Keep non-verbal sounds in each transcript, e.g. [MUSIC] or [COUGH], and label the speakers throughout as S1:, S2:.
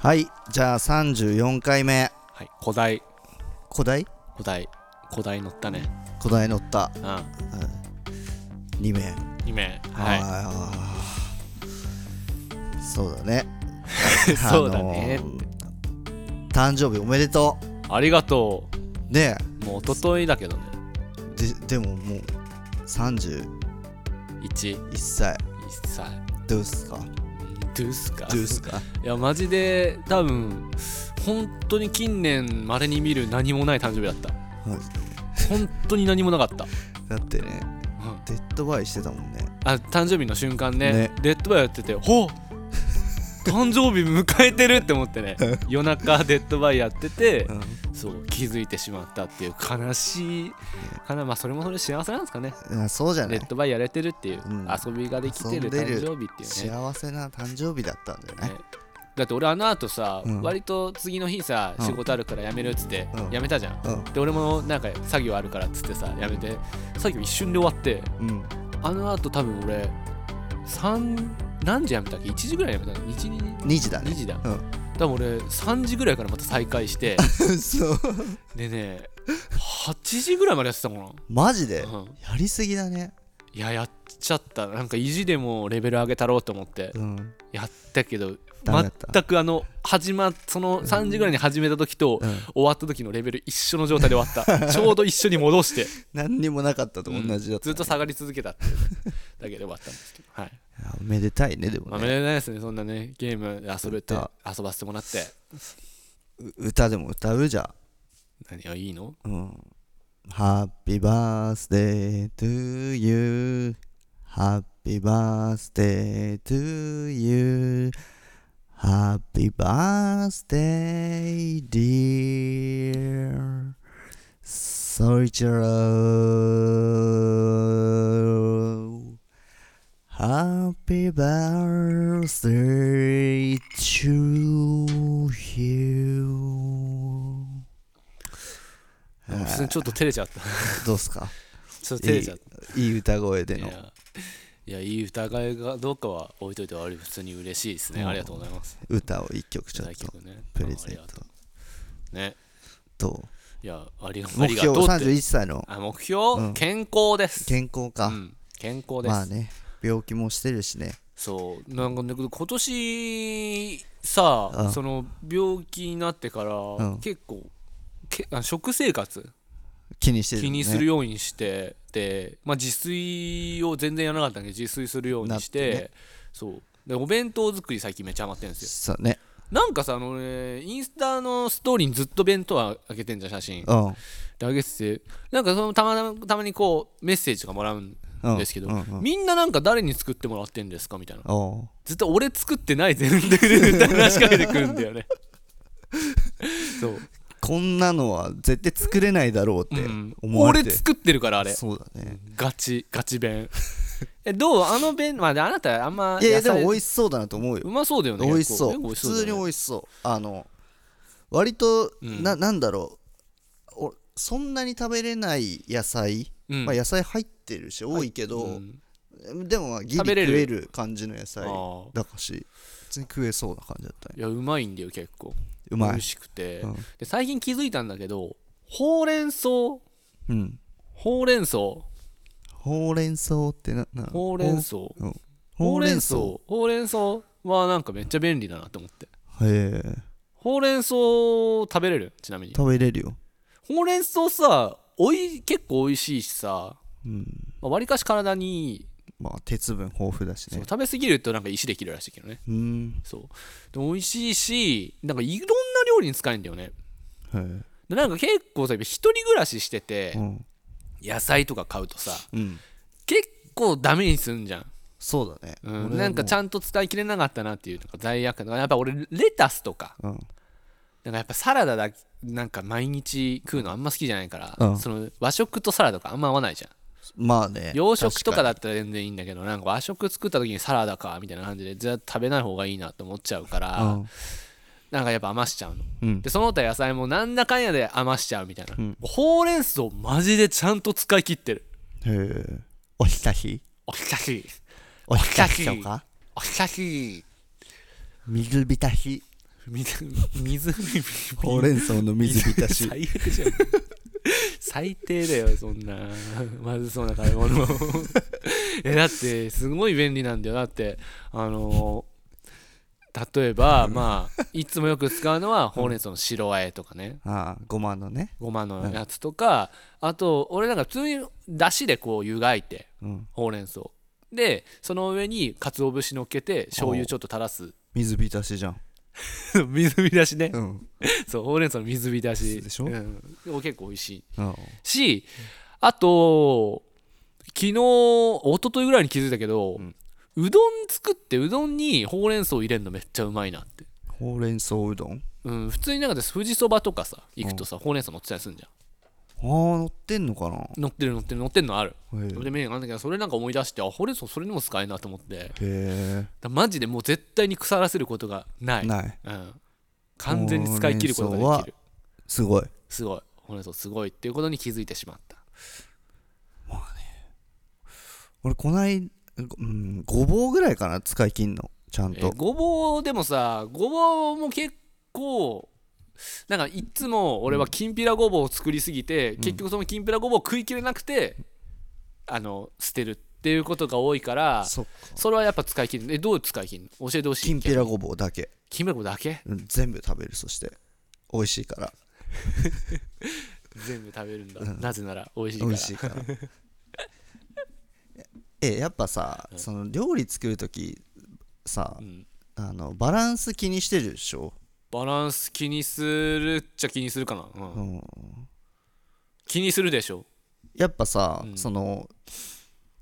S1: はいじゃあ34回目
S2: はい、古代、
S1: 古代
S2: 古代、古代乗ったね。
S1: 古代乗った
S2: うん、
S1: 2名
S2: 2名。 [LAUGHS] は
S1: あーそうだね
S2: [LAUGHS] い、そうだね
S1: あ。のー誕生日おめでと
S2: ありがと
S1: うね
S2: う。もう一昨日だけどね。
S1: えででももう31
S2: 1、
S1: 歳
S2: 1歳。
S1: どうすか
S2: ドゥースか。
S1: どうすか
S2: いや、マジで、多分、本当に近年、まれに見る何もない誕生日だった。
S1: はい
S2: 本当に何もなかった。
S1: だってね
S2: うん
S1: デッドバイしてたもんね
S2: あ、誕生日の瞬間ね、
S1: ね
S2: デッドバイやってて、ほっ誕生日迎えてるって思ってね夜中デッドバイやってて、
S1: うん
S2: そう気づいてしまったっていう悲しいかなまあそれもそれで幸せなんですかね
S1: うんそうじゃな
S2: レ
S1: い
S2: ッドバイやれてるっていう、
S1: うん
S2: 遊びができて
S1: 遊ん
S2: る
S1: で
S2: 誕
S1: る
S2: 生日っていうね
S1: 幸せな誕生日だったんだよね
S2: ねだって俺あの後さ、
S1: うん
S2: 割と次の日さ
S1: うん
S2: 仕事あるから辞めるっつって、
S1: うん
S2: 辞めたじゃん
S1: う
S2: で俺もなんか作業あるからっつってさ辞めて作業一瞬で終わって
S1: んうん
S2: あの後多分俺3何時辞めたっけ1時ぐらい辞めたの12
S1: 2時だね
S2: [LAUGHS] 2時だ
S1: うん
S2: 多分俺3時ぐらいからまた再開して
S1: [LAUGHS] そう
S2: でね8時ぐらいまでやってたもん
S1: マジで
S2: な、うん、
S1: やりすぎだね
S2: いややっちゃったなんか意地でもレベル上げたろうと思って
S1: うん
S2: やったけど
S1: ダメだった
S2: 全くあの始まその3時ぐらいに始めた時と
S1: うん
S2: 終わった時のレベル一緒の状態で終わっ
S1: [LAUGHS]
S2: たちょうど一緒に戻して
S1: 何にもなかったと同じだった
S2: ずっと下がり続けたっていうだけで終わったんですけど
S1: [LAUGHS]
S2: はい
S1: いやおめでたいねで
S2: ま
S1: も
S2: あめ
S1: ね
S2: でないですねそんなねゲームで遊べて
S1: 歌
S2: 遊ばせてもらって
S1: う歌でも歌うじゃ
S2: 何がいいの
S1: んうん「ハッピーバースデートゥーユー」「ハッピーバースデートゥーユー」「ハッピーバースデーディー」「ソイチャー」Happy birthday to you
S2: あ普通にちょっと照れちゃった
S1: [LAUGHS] どうすか
S2: ちょっと照れちゃった
S1: いい歌声で
S2: い
S1: の
S2: やいやいい歌声がどうかは置いといてあれ普通に嬉しいですね
S1: うん
S2: ありがとうございます
S1: 歌を一曲ちょっ
S2: 大
S1: と
S2: 曲ね
S1: プレゼン
S2: あありが
S1: ト
S2: とうね
S1: と
S2: いやありがあ
S1: 目
S2: りがとう
S1: 標
S2: って
S1: 31歳の
S2: あ目標、
S1: うん
S2: 健康です
S1: 健康
S2: う
S1: か
S2: ん、健康です、
S1: まあね病気もしてるしね
S2: そうなんかね今年さ、
S1: うん
S2: その病気になってから、
S1: ん
S2: 結構けあ食生活
S1: 気にしてる
S2: 気
S1: よね
S2: にするようにして、で、まあ、自炊を全然やらなかったんだけど自炊するようにして
S1: なって
S2: そうでお弁当作り最近めっちゃハマってるんですよ
S1: そうね
S2: なんかさあのねインスタのストーリーにずっと弁当あげてんじゃん写真
S1: うん
S2: であげててなんかそのたまたまにこうメッセージとかもらうんですけど、
S1: うんうんうん
S2: みんななんか誰に作ってもらってんですかみたいな
S1: おう
S2: ずっと俺作ってない前提で絶対話しかけてくるんだよねそう、
S1: こんなのは絶対作れないだろうって
S2: うん、
S1: 思われ
S2: 俺
S1: て
S2: 作ってるからあれ
S1: そうだね
S2: ガチガチ弁えどうあの弁まあであなたあんま
S1: いやいやでも
S2: 野
S1: 美
S2: 菜
S1: 味しそうだなと思うよ
S2: うまそうだよね
S1: 美味しそ
S2: 結構
S1: う普
S2: 結構美味しそう
S1: 通
S2: だ
S1: に
S2: よ
S1: 美
S2: ね
S1: 味しそうあの割と
S2: うん
S1: ななんだろうおそんなに食べれない野菜
S2: うん
S1: まあ野菜入ってるし多いけ
S2: う
S1: ど
S2: ん
S1: でもまあギリ
S2: 食
S1: 食
S2: べれる
S1: える感じの野菜
S2: あー
S1: だからし普通に食えそうな感じだったね
S2: いやうまいんだよ結構
S1: うま
S2: 美
S1: い
S2: 味しくて、
S1: うん
S2: で最近気づいたんだけどほうれん草
S1: うん
S2: ほうれん草
S1: ほうれん草ってなな
S2: ほうれん草
S1: うん
S2: ほ
S1: ほ
S2: う
S1: う
S2: れ
S1: れ
S2: ん
S1: ん
S2: 草
S1: 草
S2: ほうれん草はなんかめっちゃ便利だなと思って
S1: へえ
S2: ほうれん草食べれるちなみに
S1: 食べれるよ
S2: ほうれん草さおい結構美味しいしさ
S1: うん
S2: まあわりかし体にいい
S1: まあ鉄分豊富だし
S2: そう
S1: ね
S2: 食べ過ぎるとなんか石できるらしいけどね
S1: うん
S2: そうで美味しいしなんかいろんな料理に使えるんだよね
S1: へえ
S2: でなんか結構さ一人暮らししてて
S1: うん
S2: 野菜とか買うとさ
S1: うん
S2: 結構ダメにすんじゃん
S1: そうだね
S2: う
S1: 俺はも
S2: ん、
S1: う
S2: なんかちゃんと伝えきれなかったなっていうなんか罪悪感やっぱ俺レタスとか
S1: うん
S2: なんかやっぱサラダだなんか毎日食うのあんま好きじゃないから、
S1: うん
S2: その和食とサラダとかあんま合わないじゃん
S1: まあね
S2: 洋食とかだ
S1: っ
S2: ったら全然いいんだけどなんか和食作った時にサラダかみたいな感じでじゃあ食べない方がいいなって思っちゃうから、
S1: うん
S2: なんかやっぱ余しちゃうの
S1: うん
S2: でその他野菜もなんだかんやで余しちゃうみたいな、
S1: うん
S2: ほうれん草マジでちゃんと使い切ってる
S1: へえおひたし
S2: おひたし
S1: おひたしとか
S2: おひたし
S1: 水浸し
S2: 水湖に
S1: ほうれん草の水浸し
S2: 最悪じゃん最低だよそんな [LAUGHS] まずそうな買い物 [LAUGHS] えだってすごい便利なんだよだってあの例えば、まあいつもよく使うのはほうれん草の白あえとかね
S1: ああごまのね
S2: ごまのやつとか、あと俺なんか普通にだしでこう湯がいて
S1: うん
S2: ほうれん草でその上に鰹節乗っけて醤油ちょっと垂らす
S1: 水浸しじゃん
S2: [LAUGHS] 水浸しね
S1: うん
S2: そうほうれん草の水浸し
S1: でしょ
S2: うん、でも結構美味しい
S1: あ
S2: しあと昨日一昨日ぐらいに気づいたけど、うどん作ってうどんにほうれん草入れるのめっちゃうまいなって、
S1: ほうれん草うどん
S2: うん、普通になんか富士そばとかさ行くとさ、ほうれん草乗ってたりするじゃ
S1: ああ乗ってんのかなん
S2: 乗ってる乗ってる乗ってるのある
S1: へ
S2: で麺なんだけどそれなんか思い出してあほうれん草それにも使えるなと思って
S1: えへ
S2: だマジでもう絶対に腐らせることがな
S1: え
S2: い、
S1: ない
S2: うん、完全に使い切ることができる
S1: すごい
S2: すごいほうれん草すごいっていうことに気づいてしまった
S1: 俺こないうんごぼうぐらいかな使い切んのちゃん
S2: え
S1: と
S2: ごぼうでもさごぼうも結構なんかいっつも俺はきんぴらごぼうを作りすぎて、結局そのきんぴらごぼうを食いきれなくてあの捨てるっていうことが多いから
S1: そっか
S2: それはやっぱ使い切るえどう使い切るの教えてほしい
S1: きんぴらごぼうだけ
S2: きんぴらごぼうだけ
S1: うん全部食べるそして美味しいから
S2: 全部食べるんだ、なぜなら美味しいか
S1: 美
S2: ら
S1: 味しいから [LAUGHS] えやっぱさその料理作る時さ
S2: うん
S1: あのバランス気にしてるでしょ
S2: バランス気にするっちゃ気にするかな、うん
S1: うん
S2: 気にするでしょ
S1: やっぱさ
S2: うん
S1: その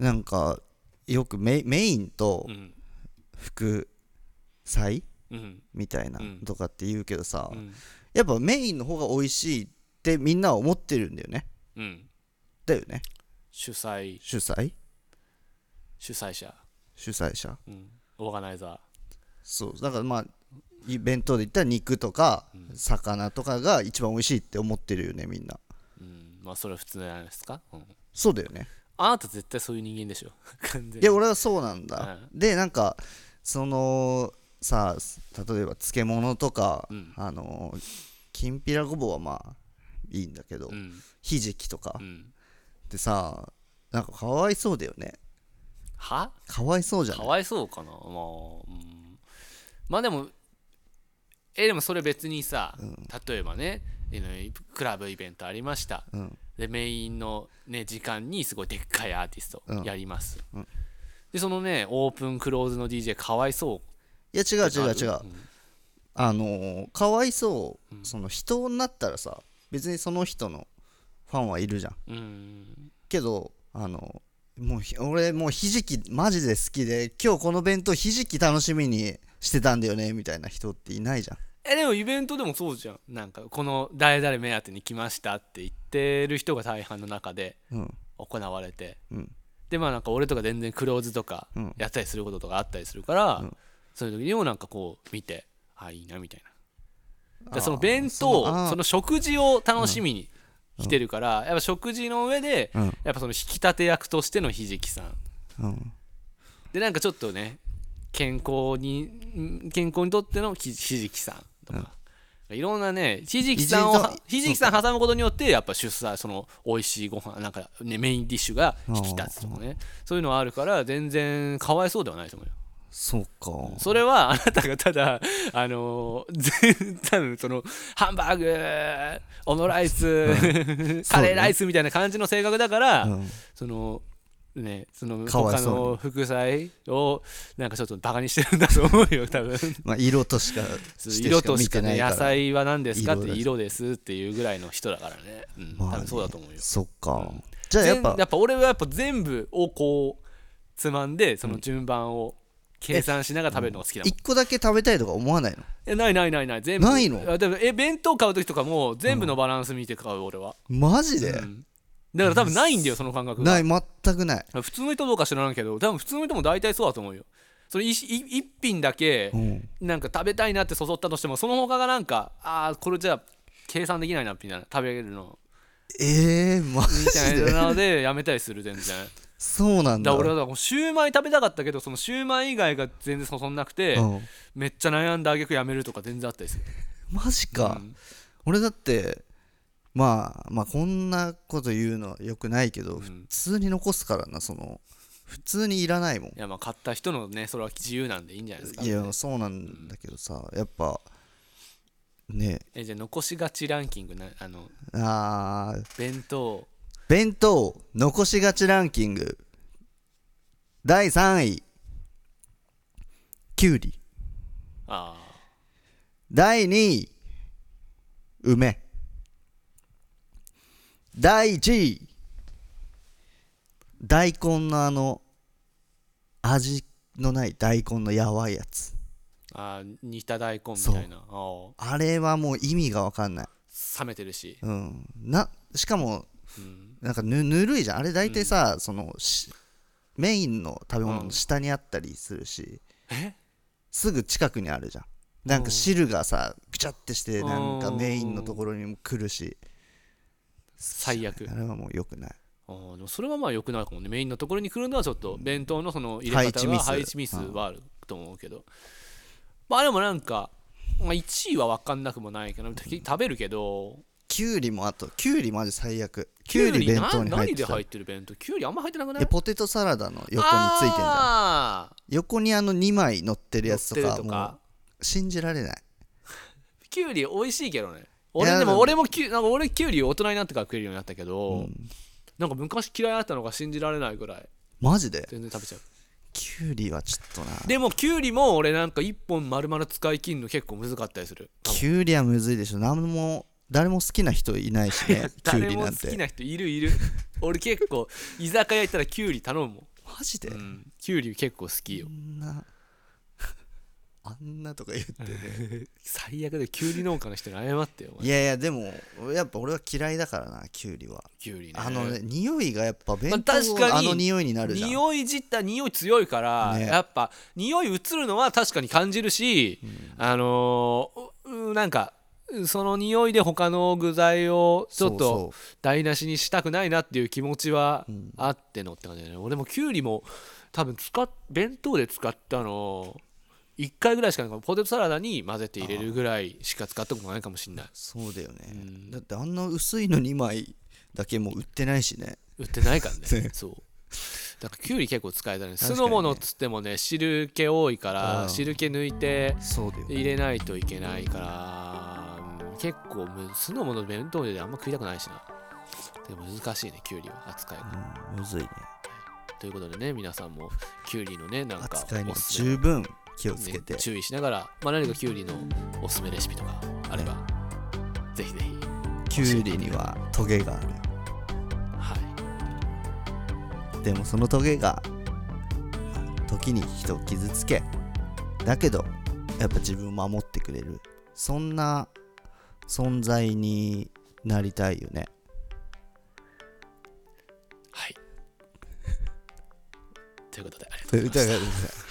S1: なんかよくメイメインと
S2: うん
S1: 副菜
S2: うん
S1: みたいな
S2: うん
S1: とかって言うけどさ
S2: うん
S1: やっぱメインの方が美味しいってみんなは思ってるんだよね
S2: うん
S1: だよね
S2: 主催
S1: 主催
S2: 主催者、
S1: 主催者
S2: うん、オーガナイザー
S1: そうだからまあい弁当で言ったら肉とか魚とかが一番美味しいって思ってるよねみんな
S2: うん、まあそれは普通じゃないですか、うん、
S1: そうだよね
S2: あなた絶対そういう人間でしょ [LAUGHS] 完全
S1: いや俺はそうなんだ
S2: は
S1: でなんかそのさ例えば漬物とか、
S2: うん
S1: あのきんぴらごぼうはまあいいんだけど、
S2: うん
S1: ひじきとか
S2: う、ん
S1: でさなんかかわいそうだよね
S2: は
S1: かわいそうじゃ
S2: か
S1: ない
S2: わいそうかなまあ、うん、まあでもえでもそれ別にさ、例えばねえークラブイベントありました、
S1: うん
S2: でメインの、ね、時間にすごいでっかいアーティスト
S1: うん
S2: やります、
S1: うん
S2: でそのねオープンクローズの DJ かわいそう
S1: いや違う違う違う、
S2: ん
S1: あのーかわいそう、その人になったらさ別にその人のファンはいるじゃん
S2: うん
S1: けどあのもうひ俺もうひじきマジで好きで今日この弁当ひじき楽しみにしてたんだよねみたいな人っていないじゃん
S2: えでもイベントでもそうじゃんなんかこの誰々目当てに来ましたって言ってる人が大半の中で
S1: うん
S2: 行われて
S1: うん
S2: でまあなんか俺とか全然クローズとか
S1: うん
S2: やったりすることとかあったりするから、そういう時にもなんかこう見てあいいなみたいなだからその弁
S1: あー
S2: 当
S1: そ
S2: そ
S1: のあー
S2: の食事を楽しみに来てるから、やっぱ食事の上で、
S1: うん
S2: やっぱその引き立て役としてのひじきさん
S1: うん
S2: でなんかちょっとね健康にん健康にとってのひひじきさんとか、いろんなねひじきさんを
S1: ひじきさん
S2: ひじきさん挟むことによってやっぱ出産その美味しいご飯なんか、ね、メインディッシュが引き立つとかねそういうのはあるから全然かわいそうではないと思うよ
S1: そうか
S2: それはあなたがただ [LAUGHS] あのー [LAUGHS] 全多分そのハンバーグオムライス、カレーライスみたいな感じの性格だから、
S1: うん
S2: そのねその
S1: かわい
S2: 他
S1: そうに
S2: の副菜をなんかちょっとバカにしてるんだと思うよ多分
S1: まあ色 [LAUGHS] としかして
S2: 色としか
S1: 見
S2: ね
S1: てない
S2: 野
S1: から
S2: 菜は何ですかって
S1: 色です
S2: 色ですっていうぐらいの人だからね、うん
S1: まあね
S2: 多分そうだと思うよ
S1: そっかじゃあやっぱ
S2: 全やっぱ俺はやっぱ全部をこうつまんでその順番を計算しながら食べるのが好きだもん
S1: 一個だけ食べたいとか思わないの
S2: えないないないない全部
S1: ないの
S2: あでもえ弁当買う時とかも全部のバランス見て買う俺は、
S1: マジで
S2: うんだから多分ないんだよその感覚が
S1: ない全くない
S2: 普通の人どうか知らんけど多分普通の人も大体そうだと思うよそれ一一一品だけ
S1: うん
S2: なんか食べたいなってそそったとしてもその他がなんかああこれじゃあ計算できないなみたいな食べれるの
S1: えーマ
S2: みた
S1: ジ
S2: い
S1: で
S2: なのでやめたりする全然
S1: [LAUGHS] そうなん
S2: だ
S1: だ
S2: から俺はだからシューマイ食べたかったけどそのシューマイ以外が全然そそんなくて、
S1: うん、
S2: めっちゃ悩んだ挙句やめるとか全然あったりする
S1: マジか、
S2: うん
S1: 俺だってまあまあこんなこと言うのはよくないけど、
S2: ん
S1: 普通に残すからなその普通にいらないもん
S2: いやまあ買った人のねそれは自由なんでいいんじゃないですか
S1: いやそうなんだけどさやっぱね
S2: えじゃあ残しがちランキングなあの
S1: あー
S2: 弁当
S1: 弁当残しがちランキング第3位きゅうり
S2: あ
S1: 第2位梅第1位大根のあの味のない大根のやわいやつ
S2: ーあー煮た大根みたいなあー
S1: あれはもう意味が分かんない
S2: 冷めてるし、
S1: うんなしかも
S2: うん
S1: なんかぬぬるいじゃんあれ大体さ、そのしメインの食べ物
S2: う
S1: の
S2: ん
S1: 下にあったりするし、
S2: え
S1: すぐ近くにあるじゃんなんか汁がさぐちゃってしてなんか
S2: うん
S1: メインのところにも来るし
S2: 最悪
S1: あれはもう良くない
S2: あーでもそれはまあ良くないかもねメインのところに来るのはちょっと弁当のその入
S1: 配
S2: れ
S1: 置
S2: 方
S1: ミ
S2: が
S1: ス
S2: 配置ミスはあると思うけど、まあでもなんか、まあ、1位は分かんなくもないけど食べるけど
S1: きゅうりもあときゅうりマジ最悪きゅうり
S2: きゅうり
S1: 弁
S2: な
S1: 当に入っ
S2: 何
S1: て
S2: で
S1: た
S2: 入ってる弁当きゅうりあんま入ってなくない
S1: でポテトサラダの横についてんじゃん
S2: あー
S1: 横にあの2枚乗ってるやつと
S2: 乗っ
S1: か
S2: てると
S1: も
S2: か
S1: う信じられない
S2: きゅうり美味しいけど
S1: い
S2: ね
S1: や
S2: 俺で
S1: でも
S2: も俺もきゅうなんか俺きゅうり大人になってから食えるようになったけど、なんか昔嫌いだったのが信じられないぐらい
S1: マジで
S2: 全然食べちゃう
S1: きゅうりはちょっとな
S2: でもきゅうりも俺なんか1本丸々使い切るの結構難かったりする
S1: きゅうりはむずいでしょ何も誰も好きな人いないしねきゅう
S2: [LAUGHS] 誰
S1: り
S2: も
S1: な
S2: 好
S1: ん
S2: き
S1: て
S2: な人いるい [LAUGHS] る俺結構居酒屋行ったらキュウリ頼むもん、
S1: マジで
S2: うん、キュウリ結構好きよ
S1: あんな [LAUGHS] あんなとか言って
S2: 最悪でキュウリ農家の人に謝ってよお
S1: い
S2: 前
S1: やいやでもやっぱ俺は嫌いだからなきゅうりは
S2: キュウリね
S1: あのね匂いがやっぱ弁当
S2: まあ確かに
S1: あの匂いになるじゃん
S2: 匂い自体匂い強いから、
S1: ね
S2: やっぱ匂い移るのは確かに感じるし、あのーううなんかその匂いで他の具材をちょっ
S1: そう
S2: と台無しにしたくないなっていう気持ちはあってのって感じだよね、俺もキュウリも多分使っ弁当で使ったの1回ぐらいしかないからポテトサラダに混ぜて入れるぐらいしか使ったことないかもしれない
S1: そうだよね、だってあんな薄いの2枚だけもう売ってないしね
S2: 売ってないから
S1: [LAUGHS]
S2: ねそうだからきゅうり結構使え
S1: か
S2: たね
S1: にね
S2: 酢の物っつってもね汁気多いか
S1: うん
S2: ら汁気抜いて
S1: そうだよ
S2: 入れないといけないからうん結構む酢の物弁当であんま食いたくないしなでも難しいねきゅうりは扱いが
S1: むずいね
S2: ということでね皆さんもきゅうりのねなんか
S1: 扱いに
S2: お
S1: は
S2: すすめ
S1: 十分気を
S2: ね
S1: つけて、
S2: 注意しながら、まあ、何かきゅうりのおすすめレシピとかあれば、ぜひぜひ
S1: きゅうりにはトゲがある
S2: はい
S1: でもそのトゲがあ時に人を傷つけだけどやっぱ自分を守ってくれるそんな存在になりたいよね
S2: はいということでありがとうございま
S1: という
S2: し
S1: [LAUGHS] 歌があ
S2: た
S1: るんです